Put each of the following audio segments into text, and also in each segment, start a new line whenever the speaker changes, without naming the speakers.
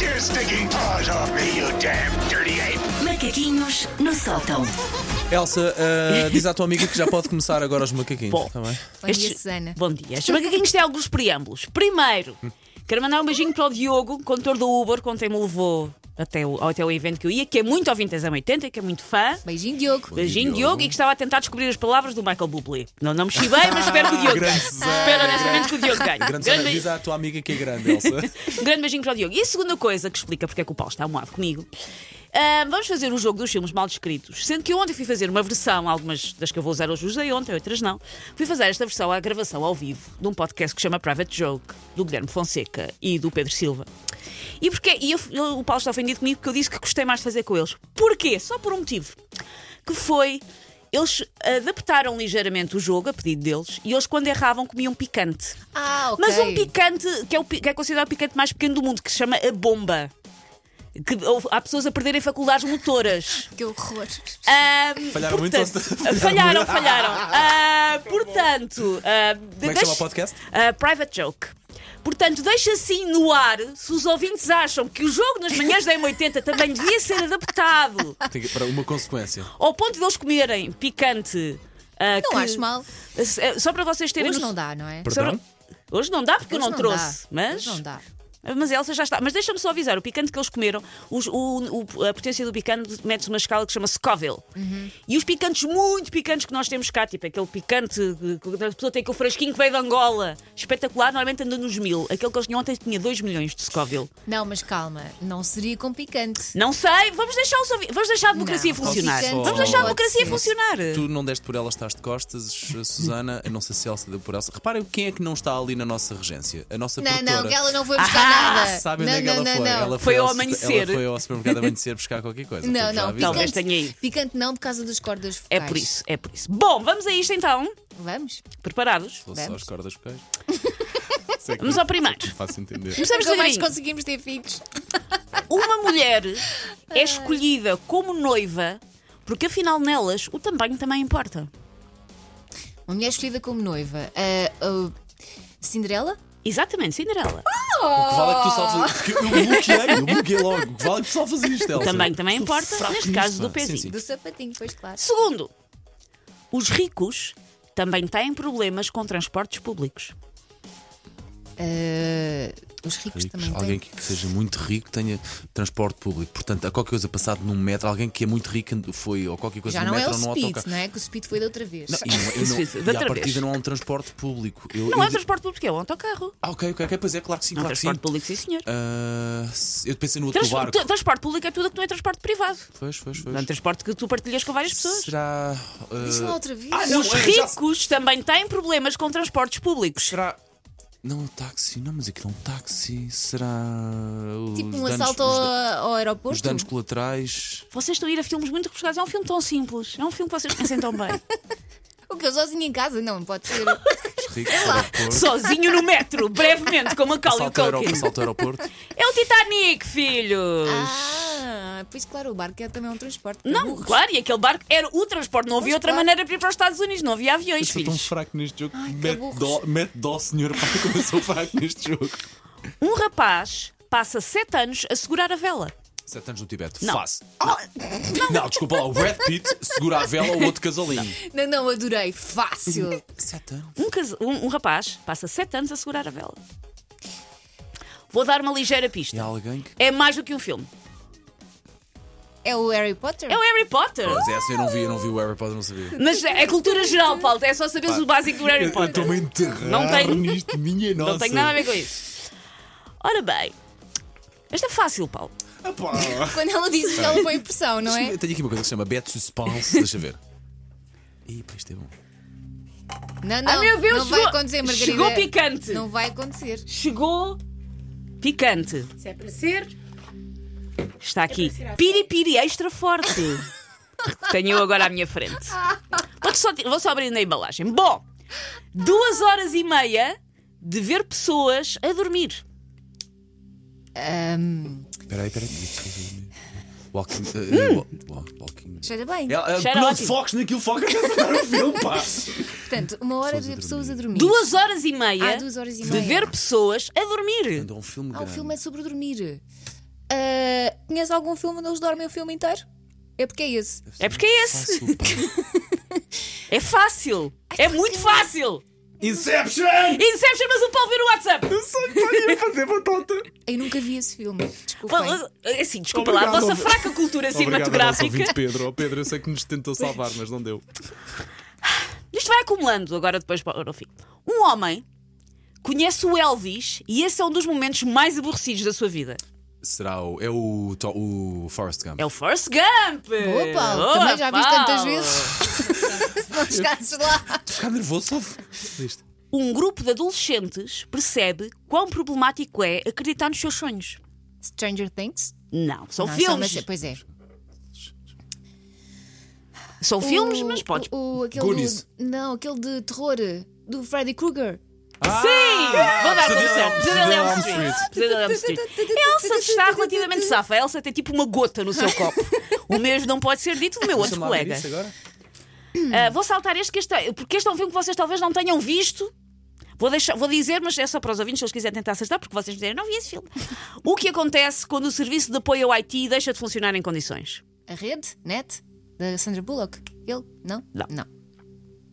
your stinking paws off me, you damn dirty ape!
Macaquinhos no sótão.
Elsa, ah, diz à tua amiga que já pode começar agora os macaquinhos.
Bom.
Tá bem?
Bom dia,
Estes-
Susana.
Bom dia. Estes macaquinhos têm alguns preâmbulos. Primeiro, quero mandar um beijinho para o Diogo, condutor do Uber, quando me levou até o, até o evento que eu ia, que é muito ouvinte das 80, que é muito fã.
Beijinho, Diogo.
Beijinho, Diogo, e que estava a tentar descobrir as palavras do Michael Bublé. Não, não me chibei, mas espero que o Diogo ganhe.
Grande Susana.
Espero honestamente que o Diogo ganhe.
Grande
Grande
Susana, diz à tua amiga que é grande, Elsa.
Um grande beijinho para o Diogo. E a segunda coisa que explica porque é que o Paulo está amoado comigo. ah, vamos fazer o jogo dos filmes mal descritos. Sendo que eu ontem fui fazer uma versão, algumas das que eu vou usar hoje usei ontem, outras não. Fui fazer esta versão à gravação ao vivo de um podcast que chama Private Joke, do Guilherme Fonseca e do Pedro Silva. E, porque, e eu- eu- o Paulo está ofendido comigo porque eu disse que gostei mais de fazer com eles. Porquê? Só por um motivo. Que foi. Eles adaptaram ligeiramente o jogo a pedido deles e eles, quando erravam, comiam picante.
Ah, ok.
Mas um picante que é, o, pi- que é considerado o picante mais pequeno do mundo, que se chama a bomba. Que houve- há pessoas a perderem faculdades motoras.
Que horror.
Ahm,
Falharam muito
portanto-
ou se-
Falharam, falharam. Ah, portanto. ah,
Como é que
deixa-
chama o podcast?
Ah, Private Joke. Portanto, deixa assim no ar se os ouvintes acham que o jogo nas manhãs da M80 também devia ser adaptado
Tem que- Para uma consequência.
ao ponto de eles comerem picante. ah,
Não
que-
acho mal.
Ah, Só para vocês terem.
Hoje
no-
não dá, não é?
só para-
Perdão?
Hoje não dá porque eu
Hoje
não, trouxe.
dá.
Mas.
Hoje não dá.
Mas a Elsa já está. Mas deixa-me só avisar: o picante que eles comeram, os- o- o- a potência do picante mete-se numa escala que se chama Scoville.
Uhum.
E os picantes muito picantes que nós temos cá, tipo aquele picante que que a pessoa tem com o fresquinho que veio de Angola, espetacular, normalmente anda nos mil. Aquele que eles tinham ontem tinha 2 milhões de Scoville.
Não, mas calma, não seria com picante.
Não sei, vamos deixar, os ouvi- vamos deixar a democracia
Não,
funcionar.
picante
Vamos deixar a
não pode
democracia
ser.
funcionar.
Tu não deste por ela, estás de costas, Susana. Eu não sei se Elsa deu por Elsa. Reparem quem é que não está ali na nossa regência. A nossa
Não,
produtora.
não, que ela não
Ah,
foi buscar nada.
Sabe onde
não,
é que
não,
ela
não,
foi?
não.
Ela
Foi ao
super-
amanhecer.
Ela foi ao supermercado amanhecer buscar qualquer coisa.
Não,
Portanto, já
não,
avisei.
Talvez tenha
picante,
ido.
picante não por causa das cordas
É
vocais.
por isso, é por isso. Bom, vamos a isto então.
Vamos?
Preparados?
Vou só
Vamos.
as cordas vocais. Sei que
Vamos ao primeiro.
Faço entender.
Começamos
Nunca é mais
devagarinho.
conseguimos ter filhos.
Uma mulher é escolhida como noiva porque afinal nelas o tamanho também importa.
Uma mulher escolhida como noiva. Ah, ah, Cinderela?
Exatamente, Cinderela.
Oh.
O que vale é que tu só fazes. que Eu bloqueei, eu bloqueei logo. O que vale é que tu só fazes isto, Elsa.
Também, também
Sou
importa,
fraco
neste
nisto,
caso do
pá.
pezinho.
Sim, sim.
Do sapatinho, pois claro.
Segundo, os ricos também têm problemas com transportes públicos.
Ah, os
Ricos.
ricos, também
Alguém
têm.
que seja muito rico tenha transporte público. Portanto, a qualquer coisa passado num metro, alguém que é muito rico and- foi ou qualquer coisa
Já
no
não é
um metro
o
ou no
Speed,
autocarro.
não é? Que o Speed foi da outra vez.
Não, e não, eu
Isso, isso,
não,
da
e à
né? outra vez.
partida não há um transporte público. Eu-
Não
eu
é
di-
transporte público, é um autocarro.
Ah, ok, ok, ok, pois é, claro que sim,
Não é
claro que sim.
transporte público, sim, senhor.
Ah, se- eu pensei no outro
Trans-
barco.
tu- transporte público é tudo o que não é transporte privado.
Pois, pois, pois.
Não é um transporte que tu partilhas com várias pessoas.
Será. ah,
Diz lá outra vez.
Ah, não,
Os
é, já-
ricos também têm problemas com transportes públicos.
Será. Não, o táxi, não, mas aquilo é um táxi. Será. Os
Tipo um
danos-
assalto
os
ao,
da-
ao aeroporto?
Os danos colaterais.
Vocês estão a ir a filmes muito rebuscados. É um filme tão simples. É um filme que vocês pensem tão bem.
O que eu sozinha em casa? Não, pode ser.
Os ricos, aeroporto.
Sozinho no metro, brevemente, como a Macaulay
Assalto ao aero-
Culkin.
assalto ao aeroporto.
É o Titanic, filhos!
ah, pois claro, o barco é também um transporte. para
não,
burros.
claro, e aquele barco era o transporte. Não havia
Pois,
outra
claro.
maneira para ir para os Estados Unidos. Não havia
Eu
aviões,
sou é tão
filhos.
fraco neste jogo que
que
mete
burros.
dó, mete dó, senhor, pai, como eu sou fraco neste jogo.
Um rapaz passa sete anos a segurar a vela.
Sete anos no Tibete,
Não.
fácil. Ah, Não. desculpa lá, o Brad Pitt segura a vela ao outro casalinho.
Não, não, adorei. Fácil.
Sete anos.
Um, casa- um- um rapaz passa sete anos a segurar a vela. Vou dar uma ligeira
E
pista.
há alguém que.
É mais do que um filme.
É o Harry Potter?
É o Harry Potter.
Mas essa eu não vi, eu não vi o Harry Potter, não sabia.
Mas é cultura geral, Paulo. É só saberes o básico do Harry Potter.
estou-me a enterrar
Não tenho-
nisto, minha nossa.
Não tem nada a ver com isso. Ora bem, esta é fácil, Paulo.
Ah, pá.
Quando ela diz isto, ela põe pressão, não
Deixa-me-
é?
Eu tenho aqui uma coisa que se chama Bet Suspense, deixa ver. Ih, pá, isto é bom.
Não, não.
ah, meu Deus,
não
chegou,
vai acontecer, Margarida.
chegou picante.
Não vai acontecer.
Chegou picante.
Se é para ser,
é
Está aqui.
tirar
Piripiri extra forte. Tenho eu agora à minha frente. Vou só, vou só abrir na embalagem. Bom, duas horas e meia de ver pessoas a dormir.
Ahm,
Espera aí, espera aí. Walking. eh, wa- walking.
cheira bem.
Ela- ela-
Hum. Cheira
não te
ótimo.
foques naquilo, focas a dar o filme, pá!
Portanto, uma hora de
Pessoas
pessoas
a
a dormir.
Duas horas e meia
Ah, duas horas e
de
meia.
ver pessoas a dormir.
Então, um filme
Ah, o
grande.
filme é sobre dormir. ah, conhece algum filme onde eles dormem o filme inteiro? É porque é esse.
É porque é esse.
Faço, pá.
É fácil. É muito fácil.
Inception!
Inception, mas o Paulo vira o WhatsApp.
Ia fazer batota!
Eu nunca vi esse filme. Desculpa.
Fala- Assim, desculpa lá, a
Obrigado,
vossa
ouvi-
fraca cultura
Obrigado ao nosso ouvinte
Assim, cinematográfica.
Pedro. Oh, Pedro, eu sei que nos tentou salvar, mas não deu.
Isto vai acumulando agora depois para o fim. Um homem conhece o Elvis e esse é um dos momentos mais aborrecidos da sua vida.
Será o. É o. To- o Forrest Gump.
É o Forrest Gump!
Boa, Paulo.
Boa,
Também já viste
Paulo.
tantas vezes. Se não chegasses lá.
Estou a ficar nervoso. ouve. Isto.
Um grupo de adolescentes percebe quão problemático é acreditar nos seus sonhos.
Stranger Things?
Não, são
Não, só uma
filmes.
se- Pois é.
São filmes,
O-
mas podes.
O, o- aquele
Goonies.
do- não, aquele de terror do Freddy Krueger.
Ah!
Sim! Vou dar
Pesadelo-
atenção. Pesadelo
Pesadelo
Elm
Elm
Street.
Street.
Pesadelo Elm Street. Elsa está relativamente safa. A Elsa tem tipo uma gota no seu copo. O mesmo não pode ser dito do meu outro
Deixa-me lá ver
colega.
isso agora.
Ah, vou saltar este, que este é- porque este é um filme que vocês talvez não tenham visto. Vou, deixar, vou dizer, mas é só para os ouvintes se eles quiserem tentar acertar, porque vocês dizem, não vi esse filme. O que acontece quando o serviço de apoio ao IT deixa de funcionar em condições?
A rede, net, da Sandra Bullock. Ele? Não?
Não.
Não,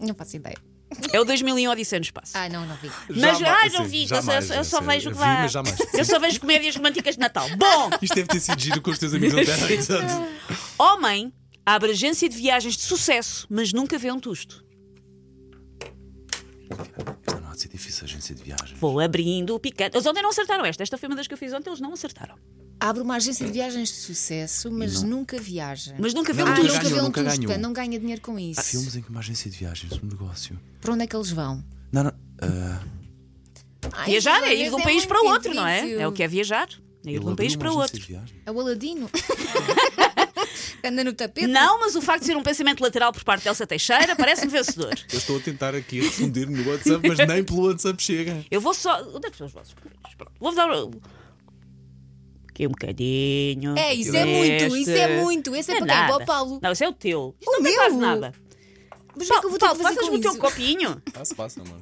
Não faço ideia.
É o 2001 Odisseia no Espaço.
Ah, não, não vi.
mas,
Jamais-
ai, não
sim,
vi,
jamais,
eu, só- eu só
sim,
vejo
vi,
lá.
mas jamais.
Eu só vejo comédias românticas de Natal. Bom,
Isto deve ter sido giro com os teus amigos da Terra.
homem abre agência de viagens de sucesso, mas nunca vê um tusto.
Isto Então não há de ser difícil, agência de viagem.
Vou abrindo o picante. Eles ontem não acertaram esta. Esta foi uma das que eu fiz ontem, eles não acertaram.
Abre uma agência de viagens de sucesso, mas nunca viaja.
Mas nunca vê
Não,
um
ah,
nunca
tusto.
nunca
ganhou,
vê um
nunca
tusto,
ganhou.
portanto, não ganha dinheiro com isso.
Filmes em que uma agência de viagens, um negócio.
Para onde é que eles vão?
Não, não.
um
ah,
Ai,
Viajar é
Joana,
ir de um
é
país
muito
para o outro, não é?
difícil.
É o que é viajar. É ir de
ele
um
abriu
país
uma
para o
agência
outro.
de viagem.
É o Aladino. Anda no tapete.
Não, mas o facto de ser um pensamento lateral por parte de Elsa Teixeira parece-me vencedor.
Eu estou a tentar aqui responder no WhatsApp, mas nem pelo WhatsApp chega.
Eu vou só. Onde é que estão os vossos papéis? Pronto. Vou-vos dar. Aqui um bocadinho.
É, isso é
Este.
muito, isso é muito. Esse é, para quem?
nada.
Para o Paulo.
Não, esse é o teu. Isto
O
não tem
meu?
quase nada.
Mas o que é que
Paulo,
eu vou ter
Paulo
que fazer
passas
com
o teu
isso? Ah, é.
copinho.
Passa, passa, amor.